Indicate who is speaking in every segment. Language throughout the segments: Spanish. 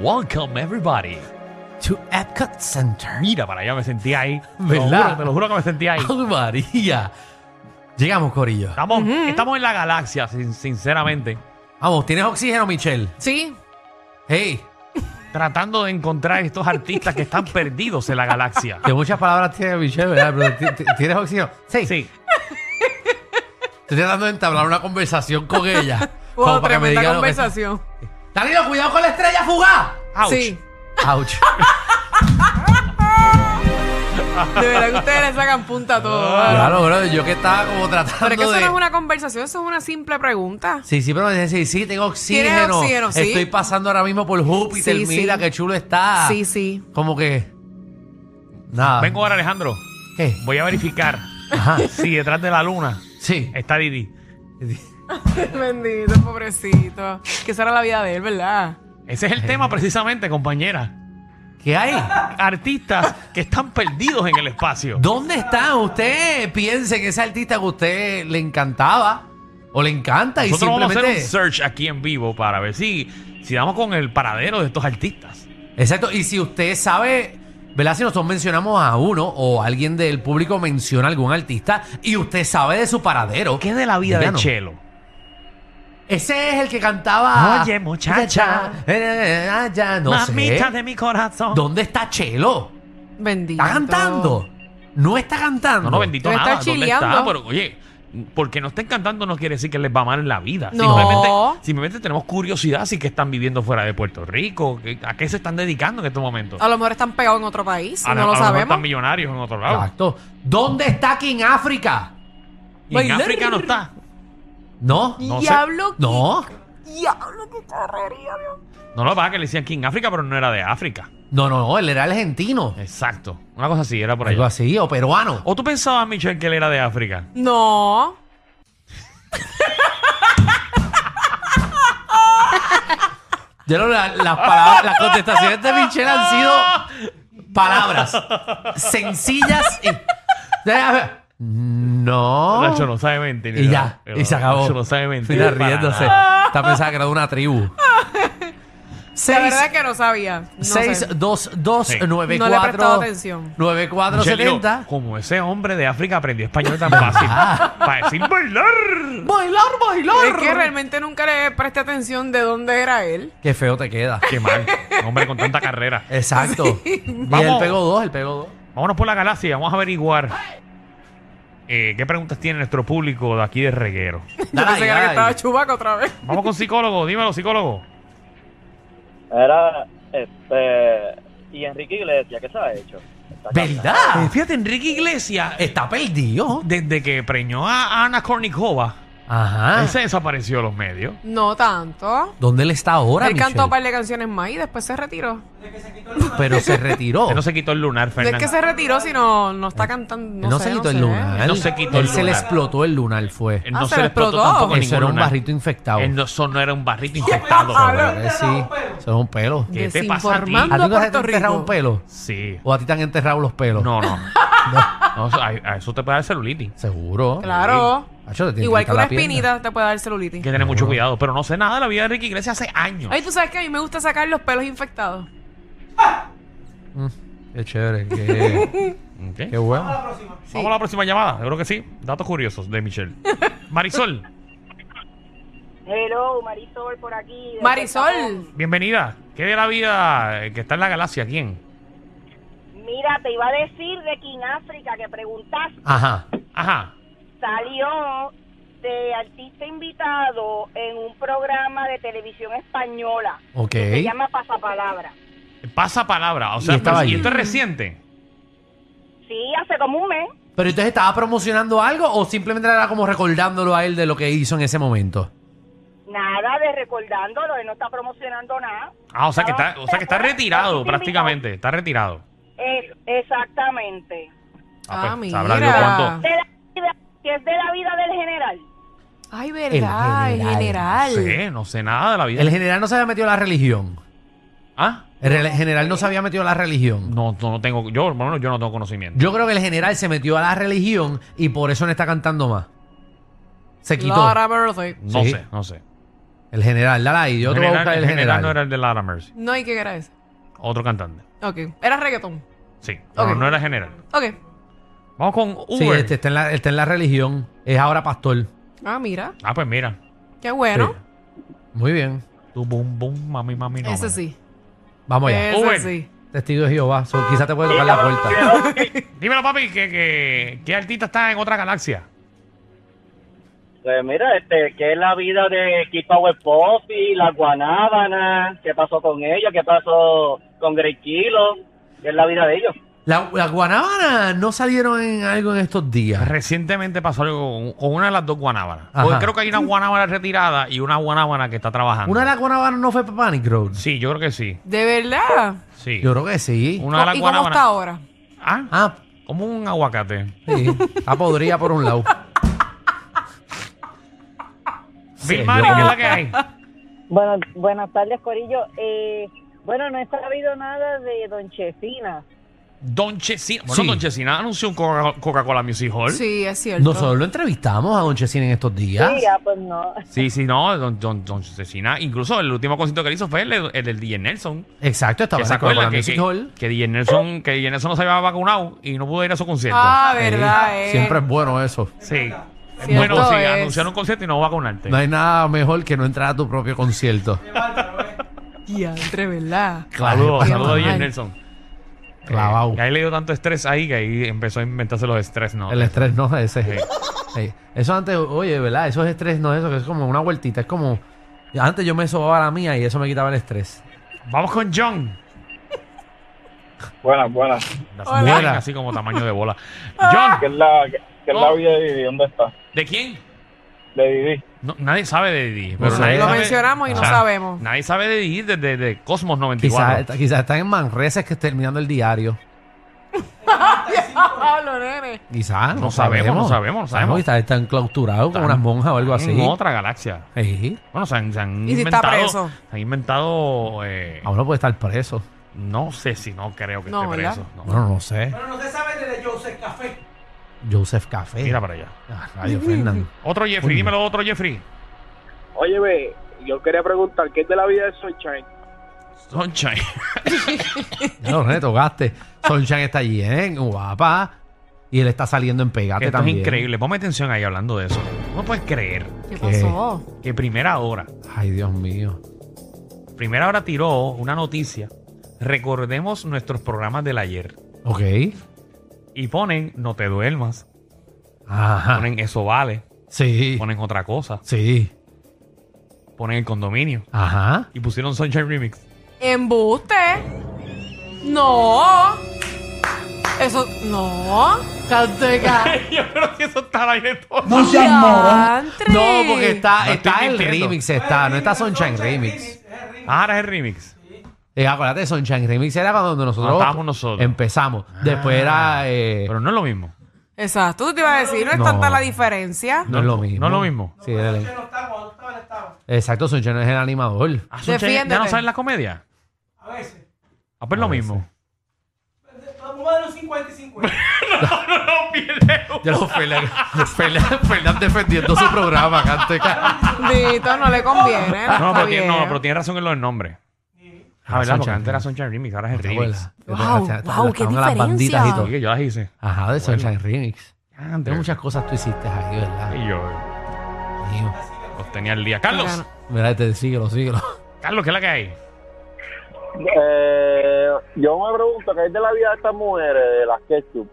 Speaker 1: Welcome everybody
Speaker 2: to Epcot Center.
Speaker 1: Mira, para allá me sentí ahí. Te lo
Speaker 2: ¿Verdad?
Speaker 1: juro, te lo juro que me sentí ahí.
Speaker 2: ¡Ay, María! Llegamos, Corillo.
Speaker 1: Estamos, estamos en la galaxia, sin- sinceramente.
Speaker 2: Vamos, ¿tienes oxígeno, Michelle?
Speaker 3: Sí,
Speaker 2: Hey,
Speaker 1: Tratando de encontrar estos artistas que están perdidos en la galaxia.
Speaker 2: que muchas palabras tiene Michelle, ¿verdad? Pero, ¿ti- ti- ¿Tienes oxígeno? Sí.
Speaker 1: Sí.
Speaker 2: Estoy tratando de entablar una conversación con ella.
Speaker 3: wow,
Speaker 2: como para que me
Speaker 3: tremenda
Speaker 2: diga lo que-
Speaker 3: conversación.
Speaker 2: Danilo, cuidado con la estrella fugaz.
Speaker 1: Ouch.
Speaker 3: Sí,
Speaker 2: Ouch.
Speaker 3: Ah. de verdad que ustedes le sacan punta a todo.
Speaker 2: claro, bro, yo que estaba como tratando
Speaker 3: Pero es que eso
Speaker 2: de...
Speaker 3: no es una conversación, eso es una simple pregunta.
Speaker 2: Sí, sí, pero me dice, sí, sí, tengo
Speaker 3: ¿Tienes
Speaker 2: oxígeno.
Speaker 3: oxígeno? Sí.
Speaker 2: Estoy pasando ahora mismo por Júpiter.
Speaker 3: Sí, sí.
Speaker 2: Mira qué chulo está.
Speaker 3: Sí, sí.
Speaker 2: Como que. Nada.
Speaker 1: Vengo ahora, Alejandro.
Speaker 2: ¿Qué?
Speaker 1: Voy a verificar
Speaker 2: Ajá.
Speaker 1: si detrás de la luna
Speaker 2: Sí.
Speaker 1: está Didi.
Speaker 3: Bendito, pobrecito. Que esa era la vida de él, ¿verdad?
Speaker 1: Ese es el tema precisamente, compañera.
Speaker 2: ¿Qué hay?
Speaker 1: Artistas que están perdidos en el espacio.
Speaker 2: ¿Dónde está? Usted piense que ese artista que a usted le encantaba o le encanta y
Speaker 1: Nosotros vamos a hacer un
Speaker 2: simplemente.
Speaker 1: search aquí en vivo para ver si, si damos con el paradero de estos artistas.
Speaker 2: Exacto. Y si usted sabe. ¿Verdad? Si nosotros mencionamos a uno o alguien del público menciona a algún artista y usted sabe de su paradero.
Speaker 1: ¿Qué de la vida de
Speaker 2: Díganos.
Speaker 1: Chelo?
Speaker 2: Ese es el que cantaba.
Speaker 1: Oye, muchacha.
Speaker 2: Eh, eh, eh, ah, ya, no
Speaker 1: Mamita
Speaker 2: sé.
Speaker 1: de mi corazón.
Speaker 2: ¿Dónde está Chelo?
Speaker 3: Bendito.
Speaker 2: ¿Está cantando? No está cantando.
Speaker 1: No, no, bendito
Speaker 3: Debe
Speaker 1: nada.
Speaker 3: estar
Speaker 1: ¿Dónde
Speaker 3: chileando.
Speaker 1: está? Pero, oye, porque no estén cantando no quiere decir que les va mal en la vida.
Speaker 3: No.
Speaker 1: Simplemente, simplemente tenemos curiosidad si que están viviendo fuera de Puerto Rico. que- ¿A qué se están dedicando en estos momentos?
Speaker 3: A lo mejor están pegados en otro país,
Speaker 2: Ah,
Speaker 1: A
Speaker 3: Ah, no
Speaker 1: a
Speaker 3: lo
Speaker 1: mejor
Speaker 3: sabemos.
Speaker 1: están millonarios en otro lado.
Speaker 2: Exacto. ¿Dónde está King África?
Speaker 1: Y en
Speaker 2: Bailar.
Speaker 1: África no está.
Speaker 2: No.
Speaker 1: No sé.
Speaker 3: Diablo,
Speaker 2: No.
Speaker 3: diablo, qué correría. Dios.
Speaker 1: No lo pasa que le decían King África, pero no era de África.
Speaker 2: No, no, no. Él era argentino.
Speaker 1: Exacto. Una cosa así, era por
Speaker 2: Algo
Speaker 1: allá.
Speaker 2: así, o peruano.
Speaker 1: ¿O tú pensabas, Michelle, que él era de África?
Speaker 3: No.
Speaker 2: Yo no, la- las palabras, las contestaciones de Michelle han sido palabras sencillas y. No.
Speaker 1: Nacho no sabe mentir.
Speaker 2: Y ya,
Speaker 1: Nacho
Speaker 2: y se acabó.
Speaker 1: no sabe mentir.
Speaker 2: Mira,
Speaker 1: para
Speaker 2: riéndose.
Speaker 1: nada.
Speaker 2: Está pensando que era de una tribu.
Speaker 3: La verdad es que no sabía. No sé.
Speaker 2: 62294
Speaker 3: No le he prestado atención.
Speaker 2: 9470
Speaker 1: Michelle, como ese hombre de África aprendió español tan fácil. para decir bailar.
Speaker 2: Bailar,
Speaker 3: Es que
Speaker 2: bailar.
Speaker 3: realmente nunca le presté atención de dónde era él.
Speaker 2: Qué feo te queda.
Speaker 1: Qué mal. Un Hombre con tanta carrera.
Speaker 2: Exacto. Y él
Speaker 1: Vamos.
Speaker 2: pegó dos, él pegó dos.
Speaker 1: Vámonos por la galaxia y vamos a averiguar eh, qué preguntas tiene nuestro público de aquí de reguero.
Speaker 3: Yo
Speaker 2: Dale,
Speaker 3: pensé que era
Speaker 2: dale.
Speaker 3: que estaba chubaco otra vez.
Speaker 1: Vamos con psicólogo, dímelo, psicólogo.
Speaker 4: Era, este, y Enrique Iglesias, ¿qué se ha hecho? Está casado.
Speaker 2: ¿Verdad?
Speaker 1: Eh, fíjate, Enrique Iglesias, eh,
Speaker 2: Está perdido.
Speaker 1: desde que preñó a Ana Kornikova,
Speaker 2: Ajá.
Speaker 1: él se desapareció de los medios.
Speaker 3: No tanto.
Speaker 2: ¿Dónde él está ahora,
Speaker 3: él cantó
Speaker 2: Michelle?
Speaker 3: un par de canciones más y después se retiró.
Speaker 2: Pero se retiró.
Speaker 1: Él no se quitó el lunar,
Speaker 3: No es
Speaker 1: Fernando.
Speaker 3: que se retiró, sino no está cantando.
Speaker 2: Él
Speaker 3: No,
Speaker 2: Eh, no
Speaker 3: sé,
Speaker 2: se quitó
Speaker 3: no
Speaker 2: el
Speaker 3: sé.
Speaker 2: lunar.
Speaker 1: Él no se quitó
Speaker 2: Él
Speaker 1: el
Speaker 2: se le
Speaker 1: lunar.
Speaker 2: explotó el lunar, fue.
Speaker 1: Él
Speaker 3: Ah,
Speaker 1: no
Speaker 3: se
Speaker 1: se le
Speaker 3: le
Speaker 1: explotó
Speaker 3: explotó.
Speaker 1: tampoco
Speaker 2: Eso
Speaker 1: ningún
Speaker 2: era un
Speaker 1: lunar.
Speaker 2: barrito infectado.
Speaker 1: Él no, eso no era un barrito infectado.
Speaker 3: hablo.
Speaker 2: Eh, Sí, eso era un pelo.
Speaker 1: ¿Qué te pasa a ti?
Speaker 2: ¿A ti
Speaker 3: Desinformando
Speaker 2: no se te
Speaker 3: Puerto
Speaker 2: han enterrado
Speaker 3: Rico.
Speaker 2: un pelo?
Speaker 1: Sí.
Speaker 2: ¿O a ti te han enterrado los pelos?
Speaker 1: No, no. No, eso- a, a eso te puede dar celulitis.
Speaker 2: Seguro.
Speaker 3: Claro.
Speaker 2: Acho, Ah, te tiene
Speaker 3: Igual que
Speaker 2: quitar
Speaker 3: una
Speaker 2: la pierna.
Speaker 3: espinita te puede dar
Speaker 1: Hay
Speaker 3: celulitis.
Speaker 1: que tener mucho cuidado. Pero no sé nada de la vida de Ricky Iglesias hace años.
Speaker 3: Ay, tú sabes que a mí me gusta sacar los pelos infectados.
Speaker 2: Mm, Qué chévere, qué,
Speaker 1: Ok.
Speaker 2: qué bueno.
Speaker 1: Vamos a la próxima llamada. Yo creo que sí. Datos curiosos de Michelle. Marisol,
Speaker 5: Hello, Marisol por aquí. de Puerto
Speaker 3: Marisol.
Speaker 1: bienvenida. ¿Qué de la vida eh, que está en la galaxia? ¿Quién?
Speaker 5: Rico. Mira, te iba a decir de King África que preguntaste.
Speaker 2: Ajá.
Speaker 1: Ajá.
Speaker 5: Salió de artista invitado en un programa de televisión española.
Speaker 2: Ok.
Speaker 5: que Se llama Pasapalabra.
Speaker 1: Pasa palabra. O sea,
Speaker 2: Y estaba
Speaker 1: pero- y
Speaker 2: allí.
Speaker 1: esto es reciente.
Speaker 5: Sí, hace como un mes.
Speaker 2: Pero entonces estaba promocionando algo o simplemente era como recordándolo a él de lo que hizo en ese momento.
Speaker 5: Nada de recordándolo, él no está promocionando nada.
Speaker 1: Ah, o sea que
Speaker 5: Estaba-
Speaker 1: está, o sea que está retirado prácticamente. Está retirado.
Speaker 5: Es- exactamente.
Speaker 3: Ah, mira.
Speaker 1: pues, Sabrá Dios cuánto.
Speaker 5: De la vida- que es de la vida del general.
Speaker 3: Ay, verdad,
Speaker 2: El
Speaker 3: el
Speaker 2: general.
Speaker 3: general.
Speaker 1: No sé, no sé nada de la vida.
Speaker 2: El general no se había metido a la religión.
Speaker 1: Ah,
Speaker 2: El re- general no se había metido a la religión.
Speaker 1: no, no, no tengo. Yo, por lo menos, yo no tengo conocimiento.
Speaker 2: Yo creo que el general se metió a la religión y por eso no está cantando más. Se quitó.
Speaker 3: Laura Birthday.
Speaker 1: no
Speaker 2: Sí.
Speaker 1: sé, no sé.
Speaker 2: El general, dale ahí. Yo te voy a buscar el general.
Speaker 1: no era el de Lara Mercy.
Speaker 3: No, ¿y qué era ese?
Speaker 1: Otro cantante.
Speaker 3: Ok. Era reggaetón.
Speaker 1: Sí, pero
Speaker 3: Ok.
Speaker 1: no era general.
Speaker 3: Ok.
Speaker 1: Vamos con
Speaker 2: Sí,
Speaker 1: Uber.
Speaker 2: este está en, la, está en la religión. Es ahora pastor.
Speaker 3: Ah, mira.
Speaker 1: Ah, pues mira.
Speaker 3: Qué bueno.
Speaker 2: Sí. Muy bien.
Speaker 1: Tu boom, boom, mami, mami, no.
Speaker 3: Ese
Speaker 1: mami.
Speaker 3: sí.
Speaker 2: Vamos allá.
Speaker 3: Ese
Speaker 1: Uber.
Speaker 3: sí.
Speaker 2: Testigo de Jehová. So, quizá te puede tocar la puerta.
Speaker 1: Dímelo, papi, que, que, ¿qué artista está en otra galaxia?
Speaker 4: Pues mira, este, ¿qué es la vida de Keep Power Pop y la guanábana? ¿Qué pasó con ellos? ¿Qué pasó con Grey Kilo? ¿Qué es la vida de ellos?
Speaker 2: La- Las guanábanas no salieron en algo en estos días.
Speaker 1: Recientemente pasó algo con, con una de las dos guanábanas.
Speaker 2: Ajá.
Speaker 1: Porque creo que hay una guanábana retirada y una guanábana que está trabajando.
Speaker 2: ¿Una de las guanábanas no fue para Panic Road?
Speaker 1: Sí, yo creo que sí.
Speaker 3: De verdad.
Speaker 1: Sí.
Speaker 2: Yo creo que sí.
Speaker 1: Una de las
Speaker 3: ¿Y cómo
Speaker 1: guanábanas.
Speaker 3: está ahora?
Speaker 1: Ah,
Speaker 2: Ah,
Speaker 1: como un aguacate.
Speaker 2: sí. Está podrida por un lado. Sí,
Speaker 1: Bill Murray,
Speaker 2: yo-
Speaker 1: ¿qué es la que hay?
Speaker 5: Bueno, buenas tardes, Corillo. Eh, bueno, no he sabido nada de Don Chefina.
Speaker 1: Don Chesina. Bueno,
Speaker 2: Sí.
Speaker 1: Don Chesina anunció un Coca- Coca-Cola Music Hall.
Speaker 3: Sí, es cierto.
Speaker 2: Nosotros lo entrevistamos a Don Chesín en estos días.
Speaker 5: Sí, ya, pues no.
Speaker 1: Sí, sí, no, Don, don, don Chesina. Incluso el último concierto que él hizo fue el, el del DJ Nelson.
Speaker 2: Exacto, estaba
Speaker 1: Que
Speaker 2: en
Speaker 1: se
Speaker 2: la Coca-Cola
Speaker 1: acuerda que,
Speaker 2: Music
Speaker 1: que-
Speaker 2: Hall.
Speaker 1: que DJ Nelson, que DJ Nelson no se había vacunado y no pudo ir a su concierto.
Speaker 3: Ah,
Speaker 2: Sí,
Speaker 3: verdad, eh.
Speaker 2: Siempre es bueno eso.
Speaker 1: Sí.
Speaker 3: Cierto
Speaker 1: bueno, sí,
Speaker 3: es.
Speaker 1: anunciaron un concierto y no vacunarte.
Speaker 2: No hay nada mejor que no entrar a tu propio concierto.
Speaker 3: Diantre, ¿verdad?
Speaker 1: Saludos,
Speaker 2: Ay,
Speaker 1: saludos a
Speaker 3: mal.
Speaker 1: DJ Nelson.
Speaker 2: Clavao.
Speaker 1: Eh, y ahí le dio tanto estrés ahí que ahí empezó a inventarse los estrés, ¿no?
Speaker 2: El estrés no es ese. Sí. Eso antes, oye, ¿verdad? Eso es estrés no eso, que es como una vueltita. Es como. Antes yo me sobaba la mía y eso me quitaba el estrés.
Speaker 1: Vamos con John.
Speaker 4: Buenas, buenas.
Speaker 1: Las
Speaker 3: Hola. Ah.
Speaker 1: muelen así como tamaño de bola. John,
Speaker 4: es la, qué
Speaker 1: es la
Speaker 4: vida de Didi? ¿Dónde está?
Speaker 1: ¿de quién?
Speaker 4: De Didi.
Speaker 1: No, nadie sabe de Didi. Pero
Speaker 2: sé.
Speaker 1: nadie
Speaker 3: Lo
Speaker 1: sabe-
Speaker 3: mencionamos y no
Speaker 1: Ah.
Speaker 3: sabemos.
Speaker 1: Nadie sabe de Didi desde de Cosmos 94.
Speaker 2: Quizás quizás están en Manreses que terminando el diario.
Speaker 3: Diablo, nene.
Speaker 2: Quizás, no,
Speaker 1: No sabemos, no sabemos, no sabemos.
Speaker 2: Quizás están clausurados
Speaker 1: Están-
Speaker 2: como unas monjas o algo
Speaker 1: Están
Speaker 2: así.
Speaker 1: En otra galaxia.
Speaker 2: Sí.
Speaker 1: Bueno, se han, se han
Speaker 3: ¿Y si está
Speaker 1: inventado.
Speaker 3: preso?
Speaker 1: Se han inventado. eh,
Speaker 2: A uno puede estar preso.
Speaker 1: no sé si no creo que
Speaker 3: No,
Speaker 1: esté
Speaker 3: ¿verdad?
Speaker 1: preso. No.
Speaker 2: Bueno, no sé.
Speaker 6: Pero no se sabe de Joseph Café.
Speaker 2: Joseph Café.
Speaker 1: Mira para allá.
Speaker 2: Ah, rayo, Fernando.
Speaker 1: Otro Jeffrey,
Speaker 2: Uy.
Speaker 1: dímelo otro Jeffrey.
Speaker 7: Oye, ve, yo quería preguntar, ¿qué es de la vida de Sunshine?
Speaker 1: Sunshine.
Speaker 2: Ya lo retocaste. Sunshine está bien, guapa. Y él está saliendo en pegate
Speaker 1: Esto es
Speaker 2: Ah, también.
Speaker 1: increíble. Ponme atención ahí hablando de eso. No puedes creer
Speaker 3: ¿Qué
Speaker 2: ¿Qué?
Speaker 3: pasó?
Speaker 1: que primera hora.
Speaker 2: Ay, Dios mío.
Speaker 1: Primera hora tiró una noticia. Recordemos nuestros programas del ayer.
Speaker 2: Ok.
Speaker 1: Y ponen no te duermas.
Speaker 2: Ajá.
Speaker 1: Ponen eso vale.
Speaker 2: Ah. Sí.
Speaker 1: Ponen otra cosa.
Speaker 2: Sí.
Speaker 1: Ponen el condominio.
Speaker 2: Ajá.
Speaker 1: Y pusieron Sunshine Remix.
Speaker 3: Embuste. No. Eso. No. Canteca.
Speaker 1: Yo creo que eso está al aire todo.
Speaker 6: No seas morón.
Speaker 2: No, porque está,
Speaker 1: No estoy
Speaker 2: está el
Speaker 1: mintiendo.
Speaker 2: remix, está, no está Sunshine Remix.
Speaker 1: Ah, Ahora es el remix.
Speaker 2: Eh, acuérdate, Sunshine Remix era cuando nosotros,
Speaker 1: Cuando estábamos nosotros. Ah.
Speaker 2: empezamos. Después era. eh,
Speaker 1: Pero no es lo mismo.
Speaker 3: Exacto, tú te iba a decir, no es
Speaker 2: No.
Speaker 3: tanta la diferencia.
Speaker 2: no es lo mismo.
Speaker 1: no es lo mismo.
Speaker 2: Sí, era el-
Speaker 6: No estaba, no estaba, no estaba.
Speaker 2: exacto, Sunshine es el animador.
Speaker 1: Ah, Sunshine, ¿Ya no
Speaker 3: Defiéndete.
Speaker 1: sabes la comedia?
Speaker 6: A veces.
Speaker 1: Ah, pues lo
Speaker 2: A veces.
Speaker 1: mismo.
Speaker 6: Vamos a dar un 50 y 50.
Speaker 1: No pierde
Speaker 2: Ya lo Fernan, Fernan- Fernan defendiendo su programa, canteca.
Speaker 3: Dito, no le conviene.
Speaker 1: No,
Speaker 3: está
Speaker 1: pero tiene, no,
Speaker 3: bien.
Speaker 1: pero tiene razón en lo del nombre.
Speaker 2: Ah,
Speaker 1: Ah, ¿verdad? Porque
Speaker 2: Sunshine
Speaker 1: antes era
Speaker 2: Remix.
Speaker 1: Sunshine Remix, ahora es el remix.
Speaker 2: Abuela.
Speaker 3: Wow,
Speaker 2: Estaban
Speaker 3: wow, qué
Speaker 2: las banditas y
Speaker 3: diferencia.
Speaker 2: todo.
Speaker 1: Sí, yo las hice.
Speaker 2: Ajá, de Sunshine Remix.
Speaker 1: Ah,
Speaker 2: De muchas cosas tú hiciste ahí, ¿verdad?
Speaker 1: Y yo
Speaker 2: Mío.
Speaker 1: los tenía el día. Carlos,
Speaker 3: Claro.
Speaker 2: Mira, te síguelo, síguelo.
Speaker 1: Carlos, ¿qué es la que hay?
Speaker 4: Eh, yo me pregunto, ¿qué es de la vida de estas mujeres, de las ketchup?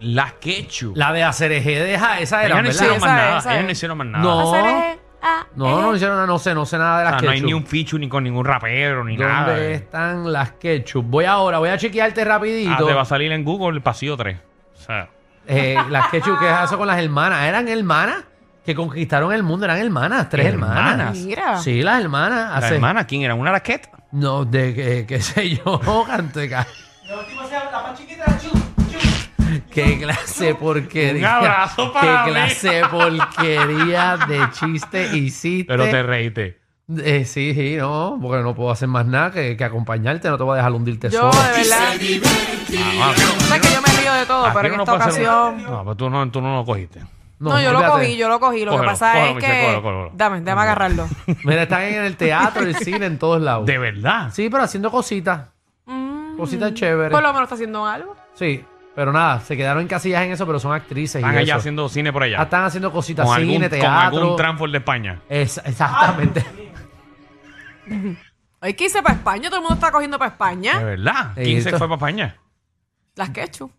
Speaker 1: Las Quechu.
Speaker 2: La de hacer deja esa era,
Speaker 1: Ellas no
Speaker 2: ¿verdad?
Speaker 1: hicieron
Speaker 3: Esa
Speaker 1: más
Speaker 3: es,
Speaker 1: nada.
Speaker 3: esa
Speaker 1: Ellas
Speaker 3: es.
Speaker 1: no hicieron más nada.
Speaker 2: No.
Speaker 1: O
Speaker 3: Hacer, ah,
Speaker 2: No, no
Speaker 3: eh.
Speaker 2: hicieron nada, no sé, no sé nada de las
Speaker 1: sea, no hay
Speaker 2: ketchup.
Speaker 1: ni un feature ni con ningún rapero ni
Speaker 2: ¿Dónde
Speaker 1: nada. eh.
Speaker 2: están las ketchup? Voy ahora, voy a chequearte
Speaker 1: Ah, te
Speaker 2: rapidito.
Speaker 1: va a salir en Google el pasillo 3. O sea,
Speaker 2: Eh, las ketchup, ¿qué es eso con las hermanas? ¿Eran hermanas? Que conquistaron el mundo, eran hermanas, tres hermanas.
Speaker 1: Hermanas.
Speaker 3: Mira.
Speaker 2: Sí, las hermanas.
Speaker 1: la
Speaker 2: hace-
Speaker 1: hermana, ¿quién era? ¿Una raqueta?
Speaker 2: No, de que, qué sé yo, canteca.
Speaker 6: La última sea la más chiquita era Chu. Chu.
Speaker 2: Qué clase de porquería.
Speaker 1: Un abrazo para
Speaker 2: Qué
Speaker 1: mí.
Speaker 2: clase de porquería de chiste hiciste.
Speaker 1: Pero
Speaker 3: Este.
Speaker 1: te reíste.
Speaker 2: Eh, sí, sí, no, porque no puedo hacer más nada que, que acompañarte, no te voy a dejar hundirte
Speaker 3: Yo,
Speaker 2: solo.
Speaker 3: de verdad.
Speaker 1: Ah, mami.
Speaker 3: Sabes que yo me río de todo,
Speaker 1: Aquí
Speaker 3: pero en
Speaker 1: uno
Speaker 3: esta
Speaker 1: puede hacer un-
Speaker 3: ocasión.
Speaker 1: No, pero tú no, tú no lo cogiste.
Speaker 3: No, yo lo
Speaker 2: olvídate.
Speaker 3: cogí, yo lo cogí. Lo
Speaker 1: Cógelo,
Speaker 3: que pasa
Speaker 1: cógelo,
Speaker 3: es
Speaker 1: Michelle,
Speaker 3: que.
Speaker 1: cógelo, cógelo.
Speaker 3: Dame, déjame agarrarlo.
Speaker 2: Mira, están en el teatro, el cine, en todos lados.
Speaker 1: De verdad.
Speaker 2: Sí, pero haciendo cositas. Cositas chéveres.
Speaker 3: Mm. Por lo menos está haciendo algo.
Speaker 2: Sí, pero nada, se quedaron en casillas en eso, pero son actrices. y
Speaker 1: Están allá
Speaker 2: eso.
Speaker 1: haciendo cine por
Speaker 2: Ah,
Speaker 1: allá.
Speaker 2: Están haciendo cositas,
Speaker 1: con,
Speaker 2: cine,
Speaker 1: algún, con
Speaker 2: teatro.
Speaker 1: algún transfer de España.
Speaker 2: Es- exactamente.
Speaker 3: Hay que irse para España, todo el mundo está cogiendo para
Speaker 1: De
Speaker 3: España.
Speaker 1: verdad.
Speaker 2: ¿Ah? Sí,
Speaker 1: 15
Speaker 2: esto-
Speaker 1: fue para España.
Speaker 3: Las quechu.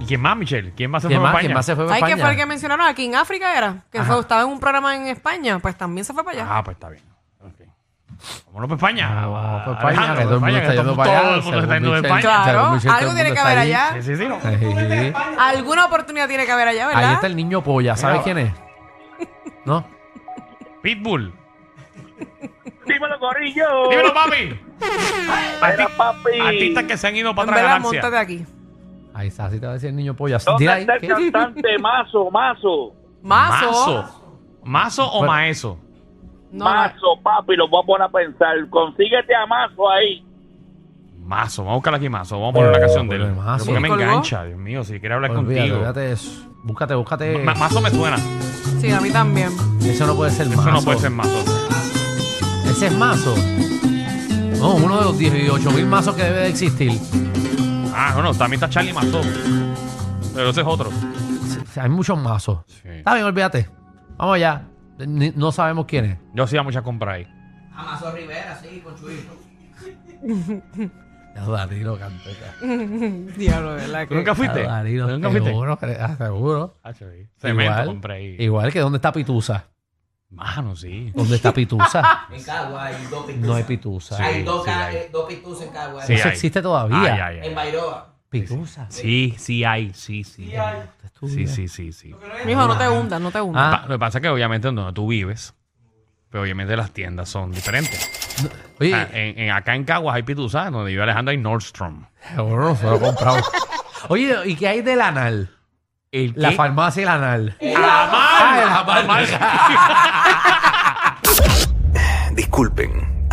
Speaker 1: ¿Y quién más, Michelle? ¿Quién más se fue
Speaker 2: ¿Quién
Speaker 1: para
Speaker 2: más,
Speaker 1: España?
Speaker 2: ¿Quién más se fue para
Speaker 3: Hay que
Speaker 2: España?
Speaker 3: fue el que mencionaron aquí en África era, que
Speaker 2: Ajá.
Speaker 3: fue- estaba en un programa en España, pues también se fue para allá.
Speaker 1: Ah, pues está bien. Ok. Vámonos para España.
Speaker 2: Ah, vamos para España,
Speaker 1: Alejandro,
Speaker 2: que todo el mundo está yendo para allá.
Speaker 1: Todo el mundo está yendo para
Speaker 2: según Michelle.
Speaker 1: España.
Speaker 3: Claro,
Speaker 2: Según Michelle,
Speaker 3: algo
Speaker 2: todo el mundo
Speaker 3: tiene que
Speaker 2: está
Speaker 3: haber
Speaker 2: allí.
Speaker 1: Sí,
Speaker 3: allá.
Speaker 1: sí, sí. no.
Speaker 6: Tú eres de
Speaker 2: Ahí.
Speaker 6: España.
Speaker 1: Ah.
Speaker 3: Alguna oportunidad tiene que haber allá, ¿verdad?
Speaker 2: Ahí está el niño polla,
Speaker 1: Mira.
Speaker 2: ¿sabes quién es? ¿No?
Speaker 1: Pitbull.
Speaker 7: Dímelo, Corillo.
Speaker 1: Dímelo, papi.
Speaker 7: Mira,
Speaker 1: Arti-
Speaker 7: papi.
Speaker 1: Artistas que se han ido
Speaker 3: En
Speaker 1: para otra
Speaker 3: verdad, montate
Speaker 1: galaxia.
Speaker 3: aquí.
Speaker 2: Ahí está, así te va a decir el niño polla. Dile
Speaker 7: ¿Dónde
Speaker 2: ahí,
Speaker 7: está el
Speaker 2: ¿qué?
Speaker 7: cantante Mazo, Mazo?
Speaker 3: Mazo.
Speaker 1: Mazo. Mazo o
Speaker 2: Bueno.
Speaker 1: maeso.
Speaker 3: No,
Speaker 7: Mazo, papi, los voy a poner a pensar. Consíguete a Mazo ahí.
Speaker 1: Mazo. Vamos a buscar aquí Mazo. Vamos a poner la canción de él.
Speaker 2: Ponle Oh, Mazo.
Speaker 1: Porque me
Speaker 3: ¿Colgó?
Speaker 1: engancha, Dios mío. Si quiere hablar
Speaker 2: Olvídate,
Speaker 1: contigo.
Speaker 2: olvídate eso. Búscate, búscate.
Speaker 1: Ma- Mazo me suena.
Speaker 3: no. Sí, a mí también.
Speaker 2: Eso no puede ser
Speaker 1: Eso
Speaker 2: mazo.
Speaker 1: no puede ser Mazo.
Speaker 2: Ese es mazo. No, uno de los 18 mil mazos que debe de existir.
Speaker 1: Ah, no, no. También está Charlie Mazo. Pero ese es otro.
Speaker 2: Sí, Hay muchos mazos.
Speaker 1: Sí.
Speaker 2: Está bien, olvídate. Vamos allá. Ni- no sabemos quién es.
Speaker 1: Yo hacía muchas compras ahí.
Speaker 8: Amazon Rivera, sí, con Chuy.
Speaker 2: Ya, Danilo, canteta.
Speaker 3: Diablo, ¿verdad?
Speaker 1: ¿Tú nunca fuiste?
Speaker 2: Ya, Danilo,
Speaker 1: ¿Tú nunca fuiste?
Speaker 2: seguro, que- ah, seguro.
Speaker 1: Ah, sí. Cemento
Speaker 2: Igual-
Speaker 1: compré ahí.
Speaker 2: Igual que dónde está Pitusa.
Speaker 1: Mano, sí.
Speaker 2: ¿Dónde está Pitusa?
Speaker 8: En Cagua hay dos pituzas.
Speaker 2: no hay Pitusa.
Speaker 8: Hay dos,
Speaker 1: sí,
Speaker 8: ca-
Speaker 1: hay.
Speaker 8: eh, dos pituzas en Cagua.
Speaker 1: Sí,
Speaker 2: Eso
Speaker 1: hay.
Speaker 2: existe todavía.
Speaker 1: Ay, ay, ay.
Speaker 8: En Bairoa.
Speaker 2: Pitusa.
Speaker 1: Sí, sí hay, sí, sí.
Speaker 6: Sí, ay.
Speaker 1: Sí, sí, sí, sí.
Speaker 6: Lo que no es-
Speaker 3: Mijo, no te hundas, no te hundas.
Speaker 2: Ah,
Speaker 1: Pa- Lo que pasa es que obviamente donde tú vives, pero obviamente las tiendas son diferentes.
Speaker 2: oye,
Speaker 1: Ah, en, en- acá en Caguas hay Pitusa, donde vive Alejandro hay Nordstrom.
Speaker 2: seguro no se lo he comprado. Oye, ¿y qué hay del anal?
Speaker 1: ¿El
Speaker 2: La farmacia y el anal.
Speaker 1: ¡Ah, mal!
Speaker 9: Disculpen,